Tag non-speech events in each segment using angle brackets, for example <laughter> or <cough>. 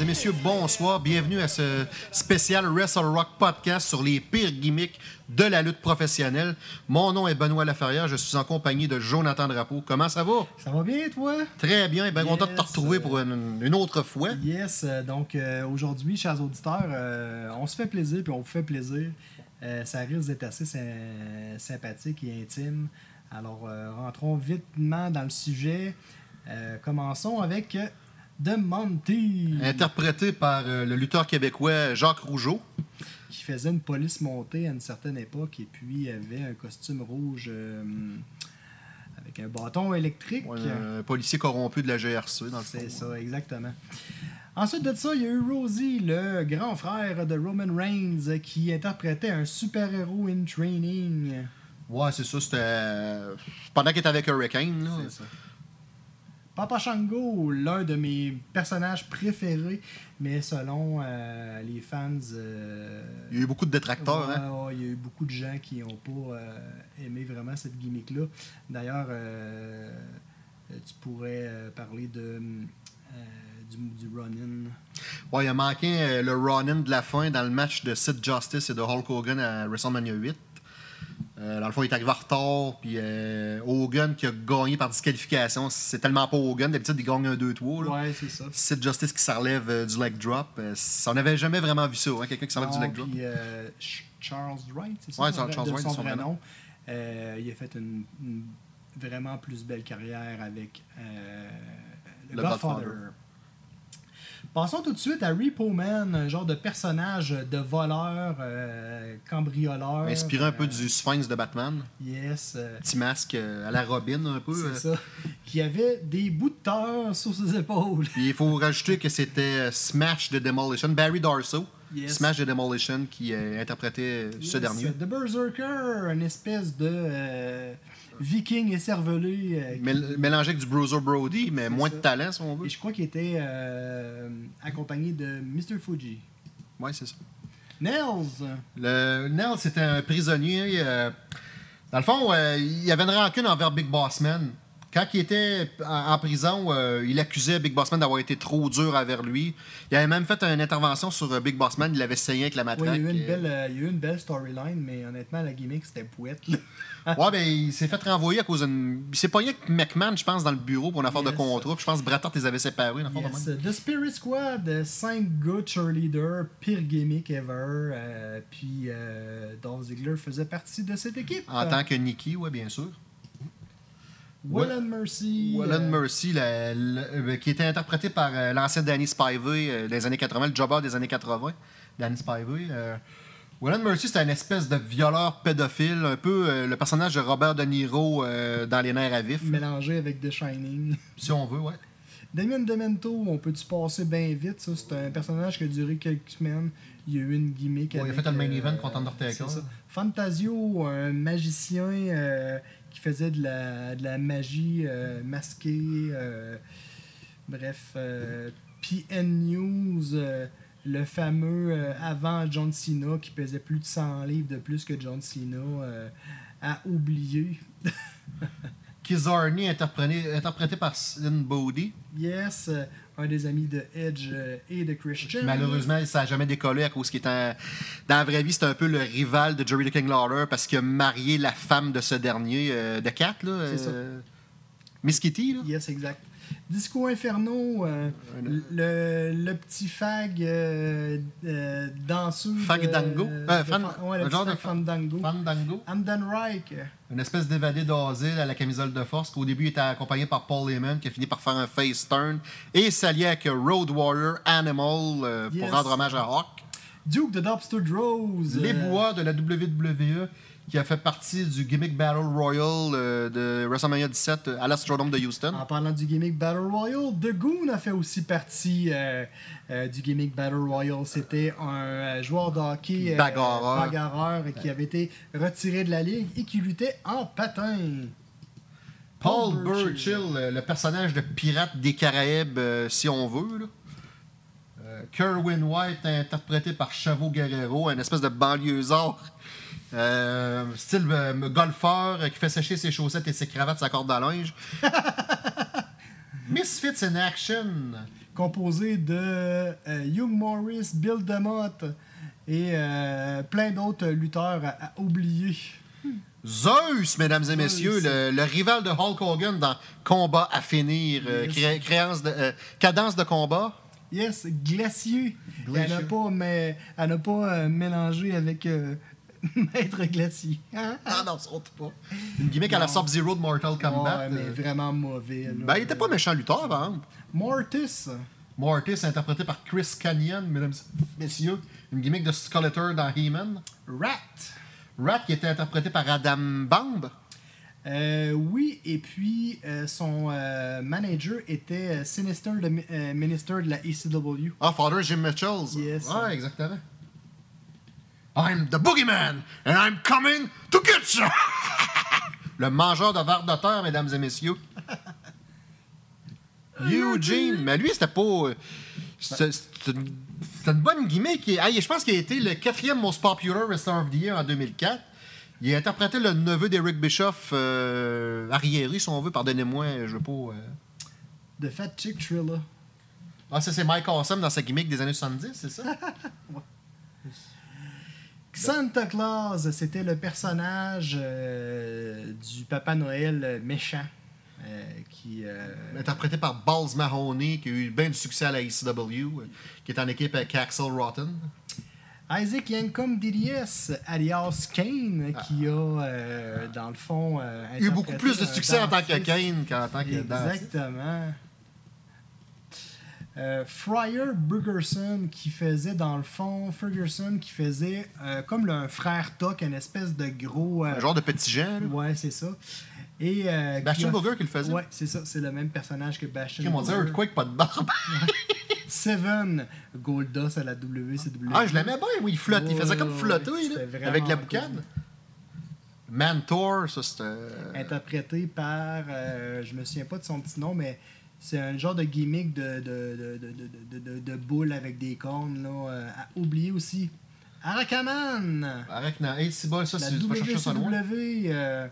et messieurs, bonsoir. Bienvenue à ce spécial Wrestle Rock podcast sur les pires gimmicks de la lutte professionnelle. Mon nom est Benoît Laferrière. Je suis en compagnie de Jonathan Drapeau. Comment ça va? Ça va bien, toi? Très bien. Ben, content de te Yes. euh, retrouver pour une, une autre fois. Yes, euh, donc euh, aujourd'hui, chers auditeurs, euh, on se fait plaisir puis on vous fait plaisir. Euh, ça risque d'être assez sy- sympathique et intime. Alors, euh, rentrons vitement dans le sujet. Euh, commençons avec euh, The Monty, Interprété par euh, le lutteur québécois Jacques Rougeau. qui faisait une police montée à une certaine époque et puis avait un costume rouge euh, avec un bâton électrique. Un policier corrompu de la GRC, dans le C'est fond. ça, exactement. Ensuite de ça, il y a eu Rosie, le grand frère de Roman Reigns, qui interprétait un super-héros in training. Ouais, c'est ça. C'était euh, pendant qu'il était avec Hurricane. là. C'est ça. Papa Shango, l'un de mes personnages préférés, mais selon euh, les fans, euh, Il y a eu beaucoup de détracteurs. hein. ouais, ouais, il y a eu beaucoup de gens qui n'ont pas euh, aimé vraiment cette gimmick-là. D'ailleurs, euh, tu pourrais euh, parler de, euh, du, du Ronin. Ouais, il a manqué euh, le Ronin de la fin dans le match de Sid Justice et de Hulk Hogan à WrestleMania 8. Euh, dans le fond, il est arrivé en retard, puis euh, Hogan qui a gagné par disqualification. C'est tellement pas Hogan, d'habitude, il gagne un 2-3. là. Ouais, c'est ça. Sid Justice qui s'enlève euh, du leg drop. Euh, c- on n'avait jamais vraiment vu ça, hein, quelqu'un qui s'enlève du Non, leg drop. puis, euh, Ch- Charles Wright, c'est ça? Ouais, son Charles vrai- Charles de Wright, son c'est son vrai vrai nom. Euh, il a fait une, une vraiment plus belle carrière avec euh, le, Le Godfather. Godfather. Passons tout de suite à Repo Man, un genre de personnage de voleur, euh, cambrioleur. Inspiré un peu euh, du Sphinx de Batman. Yes, euh, Petit masque euh, à la Robin, un peu. euh. c'est ça. Qui avait des bouts de terre sur ses épaules. Puis il faut rajouter que c'était euh, Smash de Demolition, Barry Darso. Yes. Smash de Demolition qui euh, interprétait ce Yes, dernier. The Berserker, une espèce de euh, viking escervelé. euh, Mél- Mélangé avec du Bruiser Brody, mais moins ça. de talent, si on veut. Et je crois qu'il était euh, accompagné de Mr. Fuji. Ouais, c'est ça. Nels! Le Nell, c'était un prisonnier. euh, Dans le fond, euh, il y avait une rancune envers Big Boss Man. Quand il était en en prison, euh, il accusait Big Boss Man d'avoir été trop dur envers lui. Il avait même fait une intervention sur euh, Big Boss Man. Il l'avait saigné avec la Ouais, matraque. il y a eu une euh. belle, euh, il y a eu une belle storyline, mais honnêtement, la gimmick, c'était pouette. <laughs> là. Ouais, ben, il s'est fait renvoyer à cause d'une. Il s'est pogné avec McMahon, je pense, dans le bureau pour une affaire de Yes. contrat. Puis je pense que Bratard les avait séparés. une affaire de Yes. même. The Spirit Squad, 5 gars cheerleaders, pire gimmick ever. euh, puis euh, Dolph Ziggler faisait partie de cette équipe. En tant que Nikki, ouais, bien sûr. Will and Mercy. Wallen euh, Mercy, la- la- euh, qui était interprété par euh, l'ancien Danny Spivey euh, des années 80, le jobber des années 80, Danny Spivey. Euh, Wallen Mercy, c'était une espèce de violeur pédophile, un peu euh, le personnage de Robert De Niro euh, dans Les nerfs à vif, Mélangé avec The Shining. si on veut, ouais. Damien Demento, on peut-tu passer bien vite? Ça, c'est un personnage qui a duré quelques semaines. Il y a eu une gimmick. Ouais, il a avec, euh, fait le main event contre Undertaker. c'est ça. Fantasio, un magicien euh, qui faisait de la, de la magie euh, masquée. euh, bref, euh, PN News, euh, le fameux euh, avant John Cena qui pesait plus de 100 livres de plus que John Cena, euh, à oublier. Kizarni, interprété, interprété par Sin Bodhi. <laughs> Yes, euh, un des amis de Edge euh, et de Christian. Malheureusement, ça n'a jamais décollé à cause qu'il était. en- Dans la vraie vie, c'était un peu le rival de Jerry the King Lawler parce qu'il a marié la femme de ce dernier, euh, de Kat, là. C'est euh, Miss Kitty, là. Yes, exact. Disco Inferno, euh, le, le petit fag euh, euh, danseux. Fag de- Dango? de Euh, fan- fan- ouais, le un petit genre de fag fa- Fandango. Fandango. Amdan Reich, euh, Une espèce d'évadé d'asile à la camisole de force qu'au début il était accompagné par Paul Heyman qui a fini par faire un face turn et s'allier avec Road Warrior Animal euh, Yes. pour rendre hommage à Hawk. Duke de Dubster Drows. Les euh, bois de la WWE qui a fait partie du gimmick Battle Royal euh, de WrestleMania 17 à l'Astrodome de Houston. En parlant du gimmick Battle Royale, The Goon a fait aussi partie euh, euh, du gimmick Battle Royale. C'était un euh, joueur de hockey euh, Bagarreur. bagarreur qui avait été retiré de la ligue et qui luttait en patin. Paul Burchill, euh, le personnage de pirate des Caraïbes, euh, si on veut. là. Euh, Kerwin White, interprété par Chavo Guerrero, un espèce de banlieusard, euh, style euh, golfeur, euh, qui fait sécher ses chaussettes et ses cravates, sa corde à linge. Misfits in Action, composé de euh, Hugh Morris, Bill DeMott et euh, plein d'autres lutteurs à, à oublier. Zeus, mesdames et messieurs, Zeus. le, le rival de Hulk Hogan dans Combat à finir, euh, Yes. cré- créance de- euh, cadence de combat. Yes, Glacier. Et Elle n'a Glacier. pas, mais, elle n'a pas euh, mélangé avec euh, <laughs> Maître Glacier. Hein? Ah non, surtout pas. Une gimmick à la Non. Sub-Zero de Mortal Kombat. Ouais, Ah, mais euh. vraiment mauvais. là. Ben, il était pas méchant lutteur, par exemple. Mortis. Mortis, interprété par Chris Canyon, mesdames et messieurs. Une gimmick de Skeletor dans He-Man. Rat. Rat, qui était interprété par Adam Bamb. Euh, oui, et puis euh, son euh, manager était euh, Sinister, le mi- euh, minister de la ECW. Ah, Father Jim Mitchells. Yes. Ouais, exactement. I'm the boogeyman, and I'm coming to get you! <laughs> Le mangeur de verre de terre, mesdames et messieurs. Eugene, mais lui, c'était pas. C'était c'était une c'était une bonne gimmick. Il- hey, je pense qu'il a été le quatrième most popular Wrestler of the Year en 2004. Il a interprété le neveu d'Eric Bischoff, euh, arriéré, si on veut, pardonnez-moi, je veux pas. euh. The Fat Chick Thriller. Ah, ça, c'est Mike Awesome dans sa gimmick des années 70, c'est ça? Santa Claus, c'était le personnage euh, du Papa Noël méchant euh, qui. euh, interprété par Balls Mahoney, qui a eu bien du succès à la ECW, euh, qui est en équipe avec Axel Rotten. Isaac Yankum DDS, alias Kane, qui a, euh, dans le fond. euh, Ah. Il a eu beaucoup plus de interprété un succès en tant que dansiste. Kane qu'en tant que danseur. Exactement. Euh, Friar Burgerson qui faisait dans le fond Ferguson qui faisait euh, comme le frère Toc, une espèce de gros. euh, Un genre de petit Jean. là. Ouais, c'est ça. Et euh, Bastion qui a- Burger qui le faisait. Ouais, c'est ça, c'est le même personnage que Bastion. Comment dire, Burger. Earthquake, pas de <laughs> barbe. Seven Goldos à la WCW. Ah, je l'aimais bien, oui, il flotte. Il faisait comme Ouais, flotter, là, c'était vraiment avec la cool. boucane. Mantor, ça c'était. euh, interprété par, euh, je me souviens pas de son petit nom, mais c'est un genre de gimmick de, de, de, de, de, de, de- de boule avec des cornes, là, euh, à oublier aussi. Arakaman! Avec dans Hey, c'est bon, ça, La c'est- tu vas chercher ça loin. WCW, euh,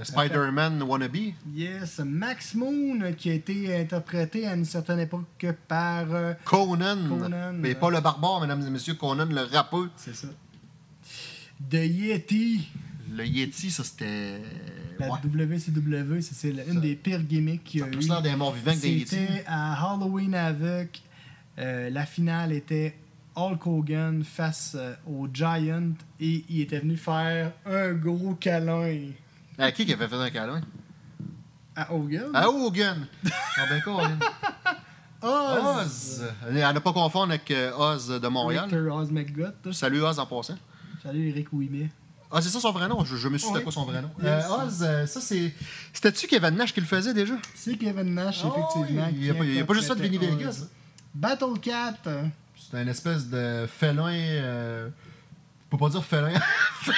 Un Spider-Man wannabe. yes, Max Moon, euh, qui a été interprété à une certaine époque par... euh, Conan. Conan, euh. Mais ouais. pas le barbare, mesdames et messieurs. Conan, le rappeur. c'est ça. The Yeti, Le Yeti, ça c'était. la Ouais. WCW, c'est- c'est la- une Ça- des pires gimmicks qu'il y Ça a a eu. plus l'air des morts vivants que des Yetis. C'était à Halloween avec. euh, la finale était Hulk Hogan face euh, au Giant et il était venu faire un gros câlin À Ah, qui qui avait fait un câlin? à Hogan. À Ah, Hogan! Ah ben Colin. <laughs> Oz! À ne pas confondre avec euh, Oz de Montréal. Richter Oz McGutt. Salut Oz en passant. Salut Eric Ouimet. Ah, c'est ça son vrai nom? Je, je me suis dit Ouais. c'était quoi son vrai nom. Yes. Euh, Oz, euh, ça c'est. C'était-tu Kevin Nash qui le faisait déjà? C'est Kevin Nash, Ah effectivement. oui, il y a qui pas- il y a pas juste ça de Vinny interprétait Vegas. Oz. Battle Cat. C'est un espèce de félin. Euh... On peut pas dire félin. <laughs>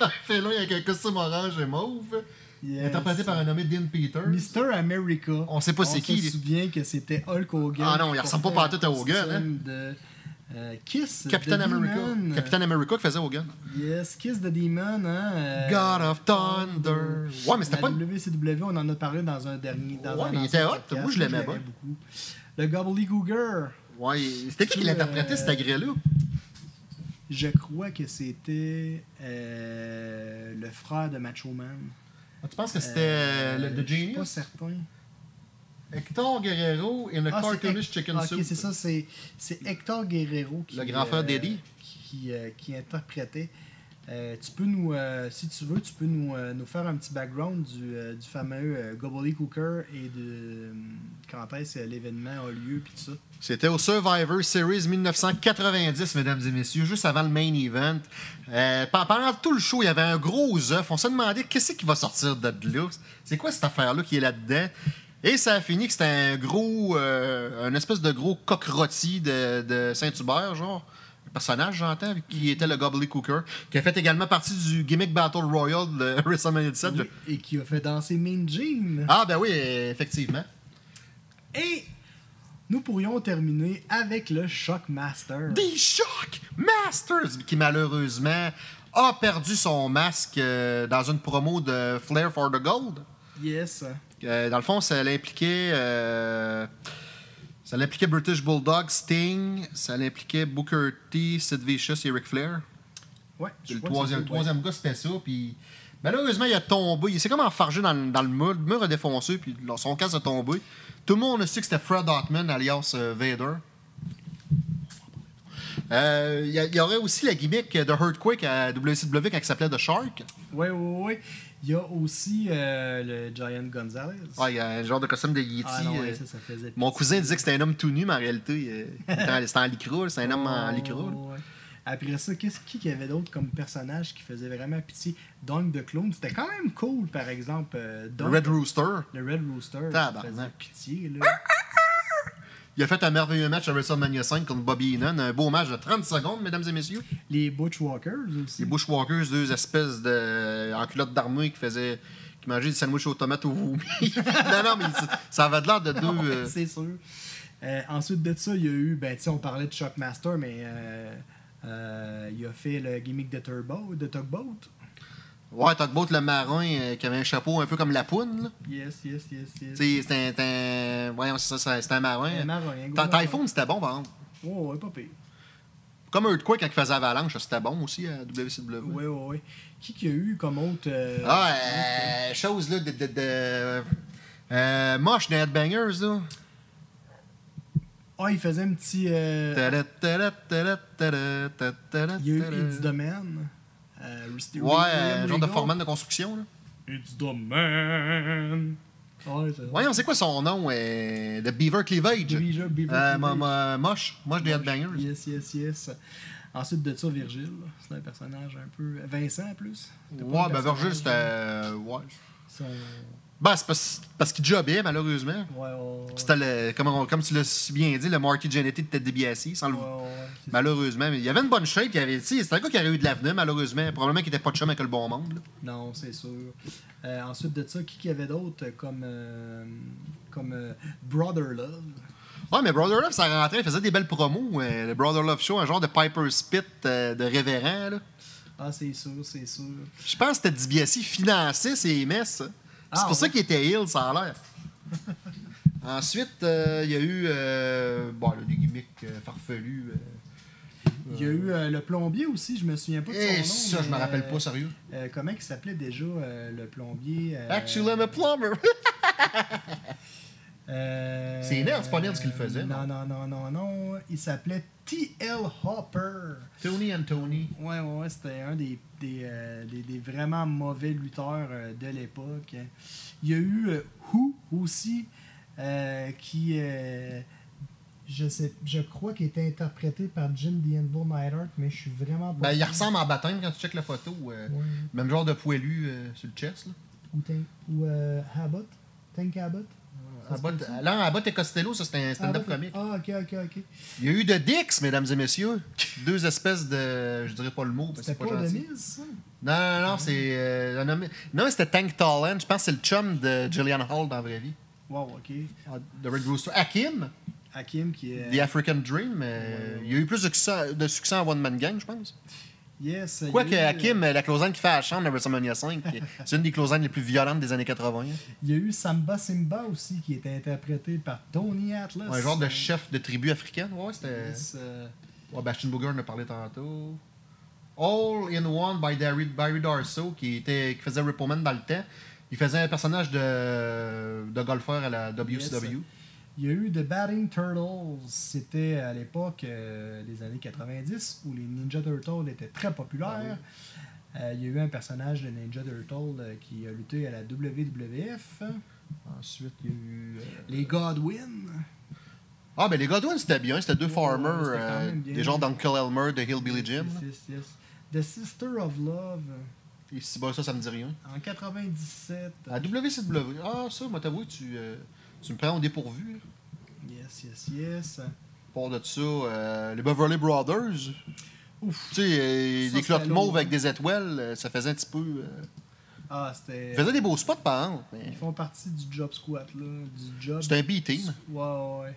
Un félin avec un costume orange et mauve. Yes. Interprété par un nommé Dean Peters. Mr. America. On sait pas c'est qui, On il est- se souvient que c'était Hulk Hogan. Ah non, il qui ressemble pas portait pantoute à un Hogan, hein. costume De, euh, Kiss. Captain de America. Demon. Captain America qui faisait Hogan. Yes, Kiss the Demon, hein? euh, God of Thunder. Ouais, mais c'était la pas une WCW, on en a parlé dans un dernier. Dans Ouais, un mais il ancien était hot. podcast. Moi, je l'aimais bien. beaucoup. Le Gobbledygooker, Ouais, c'était qui qui Euh, l'interprétait, cet agré-là? je crois que c'était euh, le frère de Macho Man. Ah, tu penses que c'était Euh, le The je suis pas Genius? certain. Hector Guerrero in the Ah, c'est Cartoonish Hec- Chicken Ok, Soup. c'est ça, c'est c'est Hector Guerrero qui. euh, Le grand frère d'Eddie. Qui, euh, qui interprétait. Euh, tu peux nous, euh, si tu veux, tu peux nous, euh, nous faire un petit background du, euh, du fameux euh, Cooker et de euh, quand est-ce que l'événement a lieu puis tout ça. C'était au Survivor Series 1990, mesdames et messieurs, juste avant le main event. Euh, pe- pendant tout le show, il y avait un gros œuf. On se demandait qu'est-ce qui va sortir de là. C'est quoi cette affaire-là qui est là-dedans? Et ça a fini que c'était un gros, euh, un espèce de gros coq rôti de, de Saint-Hubert, genre. Un personnage, j'entends, qui était le Gobbly Cooker, qui a fait également partie du Gimmick Battle Royal de <laughs> WrestleMania 17. Oui, Et qui a fait danser Mean Gene. Ah, ben oui, effectivement. Et nous pourrions terminer avec le Shockmaster. Des Shock Masters qui malheureusement a perdu son masque euh, dans une promo de Flair for the Gold. Yes. Euh, dans le fond, ça l'impliquait euh, Ça l'impliquait British Bulldog, Sting, ça l'impliquait Booker T, Sid Vicious et Ric Flair. Ouais, Puis je le crois que troisième, c'était- troisième gars, c'était ça. Puis malheureusement, il a tombé. Il s'est comme enfargé dans, le- dans le mur. Le mur a défoncé, puis là, son casque a tombé. Tout le monde sait que c'était Fred Hartman, alias euh, Vader. Euh, Il y a- il y, aurait aussi la gimmick de Earthquake à WCW quand il s'appelait The Shark. Ouais, ouais, ouais, ouais. Il y a aussi euh, le Giant Gonzalez. Ah, il y a un genre de costume de Yeti. Ah non, ouais, euh, ça, ça faisait. mon cousin disait que c'était un homme tout nu, mais en réalité, euh, il était en- c'était en lycra. là, C'est un homme en lycra. là. Ouais. Après ça, qu'est-ce qui qu'il y avait d'autre comme personnage qui faisait vraiment pitié Dunk de Clone, c'était quand même cool, par exemple. euh, Dunk, Red Rooster. le Red Rooster, ça Tabarnak. faisait pitié, là. Il a fait un merveilleux match à WrestleMania 5 contre Bobby Heenan. Un beau match de 30 secondes, mesdames et messieurs. Les Butchwalkers aussi. <laughs> Les Bushwalkers, deux espèces de. en culotte d'armée qui faisaient. qui mangeaient des sandwichs aux tomates au vomi. non, non, mais ça- ça avait de l'air de deux. Ouais, euh, c'est sûr. Euh, ensuite de ça, il y a eu, ben, tu sais, on parlait de Shockmaster, mais euh, euh, il a fait le gimmick de Turbo, de Tugboat. Ouais, Tugboat le marin euh, qui avait un chapeau un peu comme la poune, là. Yes, yes, yes, yes. Tu sais, c'est un- c'est un. Voyons, c'est ça, c'est un- c'est un Un marin. marin, un gros Ty- marin. Typhoon, c'était bon, par exemple. Ouais, ouais, pas pire. Comme Earthquake quand il faisait Avalanche, c'était bon aussi à WCW. Ouais, ouais, ouais. Qui qu'il y a eu comme autre. euh, Ah, euh, chose, là, de. de, de- euh, moche des Headbangers, là. Ah, il faisait un petit. euh, Tada, tada, tada, tada, tada, Il y a eu tada. It's the Man. Euh, Rusty- Ouais, William un genre de Regal. foreman de construction, là. It's the Man. Ouais, c'est Voyons, c'est quoi son nom? euh, de Beaver Cleavage? Beaver- Beaver Euh, Cleavage. mo- mo- moche. Moche des Headbangers. Yes, yes, yes. Ensuite de ça, Virgile. C'est un personnage un peu. Vincent, en plus. C'était pas Ouais, un ben Virgil, personnage, c'était... euh, ouais. Son... Ben, c'est parce, parce qu'il jobait, malheureusement. Ouais, ouais, ouais. C'était, le, comme, on- comme tu l'as si bien dit, le Marky Jannetty de Ted DiBiase, sans le- Ouais, ouais, ouais, c'est Ben. ça. Malheureusement, mais il avait une bonne shape. Il avait, tu sais, c'est un gars qui aurait eu de l'avenir, malheureusement. Probablement qu'il était pas de chum avec le bon monde. là. Non, c'est sûr. Euh, ensuite de ça, qui qu'il y avait d'autre comme. euh, comme euh, Brother Love. Ouais, mais Brother Love, ça rentrait. Il faisait des belles promos. euh, le Brother Love Show, un genre de Piper Spit euh, de révérend. là. Ah, c'est sûr, c'est sûr. Je pense que c'était DiBiase finançait ses messes. hein. C'est Ah, pour ça qu'il était ill, ça a <laughs> l'air. Ensuite, euh, il y a eu euh, bon, là, des gimmicks euh, farfelus. euh. Il y a eu euh, le plombier aussi, je me souviens pas de son Eh, nom. ça, je mais, me rappelle euh, pas, sérieux. Euh, comment il s'appelait déjà euh, le plombier euh, Actually, I'm a plumber. <laughs> euh, C'est énorme, c'est pas énorme ce qu'il faisait, Non, non, non, non, non. Il s'appelait T.L. Hopper. Tony and Tony. Ouais, ouais, ouais, c'était un des, des, euh, des- des vraiment mauvais lutteurs euh, de l'époque. Il y a eu euh, Who aussi, euh, qui, euh, je, sais, je crois qu'il était interprété par Jim The Anvil Neidhart, mais je suis vraiment pas Ben, il sûr. ressemble en baptême quand tu checkes la photo. euh, Ouais. Même genre de poilu euh, sur le chest. Là, Ou, Tank- ou, euh, Abbott, Tank Abbott. à bas, de- là, en bas de Costello, ça c'était un stand-up comique. Abbott- Ah, ok, ok, ok. Il y a eu de Dix, mesdames et messieurs. Deux espèces de. Je dirais pas le mot, parce que C'était c'est pas pas de gentil. mise, ça? Non, non, non, c'est. euh, un homme- non, c'était Tank Talent. Je pense que c'est le chum de Gillian Hall dans la vraie vie. Ah, Wow, ok. De Red Rooster. Hakim, Hakim qui est. The African Dream. euh, Il y a eu plus de succès, de succès en One Man Gang, je pense. Yes. il y a Quoique eu- euh, Hakim, euh, la closante qui fait à la chambre de WrestleMania 5, <laughs> c'est une des closantes les plus violentes des années 80. hein. Il y a eu Samba Simba aussi qui était interprété par Tony Atlas. Un genre de chef de tribu africaine. Ouais, c'était. Yes, euh, Ouais, Bastion Booger en a parlé tantôt. All in One by Barry, Barry Darso, qui, était, qui faisait Ripple Man dans le temps. Il faisait un personnage de, de golfeur à la WCW. Il y a eu The Batting Turtles. C'était à l'époque euh, des années 90 où les Ninja Turtles étaient très populaires. Euh, il y a eu un personnage de Ninja Turtle euh, qui a lutté à la WWF. Ensuite, il y a eu. euh, Les Godwin. Ah, ben les Godwin, c'était bien. C'était deux Ouais, farmers, ouais, c'était quand euh, même bien. des gens d'Uncle Elmer, de Hillbilly Jim. Yes, yes, yes. The Sister of Love Et si bon, ça, ça me dit rien. en 97. À WCW. Ah, ça, moi, t'avoue, tu, euh, tu me prends au dépourvu. Yes, yes, yes. Pour de ça, euh, les Beverly Brothers. Ouf. Tu sais, euh, Ça, des clottes c'était mauves lourd. hein. avec des étoiles, euh, ça faisait un petit peu. euh, Ah, c'était. Ils faisaient des beaux spots, par exemple. mais Ils font partie du job squat, là. Du job. C'était un B-team. Ouais, ouais,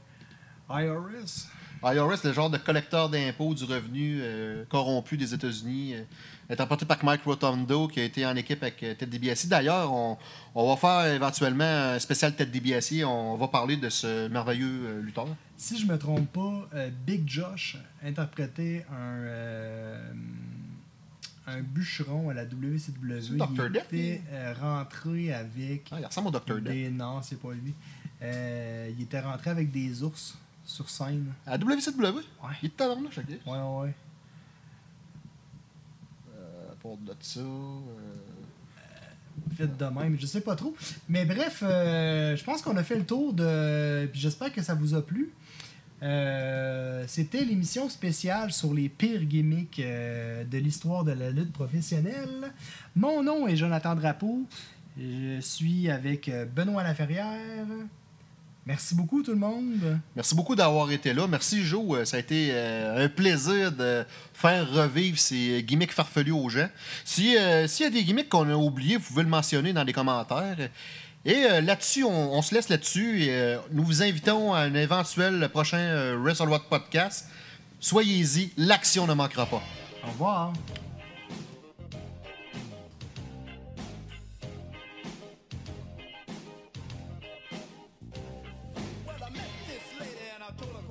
ouais. IRS. IRS, le genre de collecteur d'impôts du revenu euh, corrompu des États-Unis, euh, est emporté par Mike Rotondo, qui a été en équipe avec euh, Ted DiBiase. D'ailleurs, on, on va faire éventuellement un spécial Ted DiBiase. On va parler de ce merveilleux euh, lutteur. Si je me trompe pas, euh, Big Josh interprétait un, euh, un bûcheron à la WCW. C'est Dr. Il Death, était euh, rentré avec Ah, il ressemble au Dr. Death. des... Non, c'est pas lui. Euh, il était rentré avec des ours sur scène. À WCW? Ouais. Il est tabarnouche, ok. Ouais, ouais, ouais. Euh, Pour de ça... euh, Fait de même, je sais pas trop. Mais bref, euh, je pense qu'on a fait le tour de... Puis j'espère que ça vous a plu. Euh, C'était l'émission spéciale sur les pires gimmicks euh, de l'histoire de la lutte professionnelle. Mon nom est Jonathan Drapeau. Je suis avec euh, Benoît Laferrière. Merci beaucoup tout le monde. Merci beaucoup d'avoir été là. Merci, Joe. Euh, Ça a été euh, un plaisir de faire revivre ces euh, gimmicks farfelus aux gens. Si, euh, S'il y a des gimmicks qu'on a oubliés, vous pouvez le mentionner dans les commentaires. Et euh, là-dessus, on, on se laisse là-dessus. Et, euh, nous vous invitons à un éventuel prochain euh, Wrestle What podcast. Soyez-y, l'action ne manquera pas. Au revoir. Well, I met this lady and I told her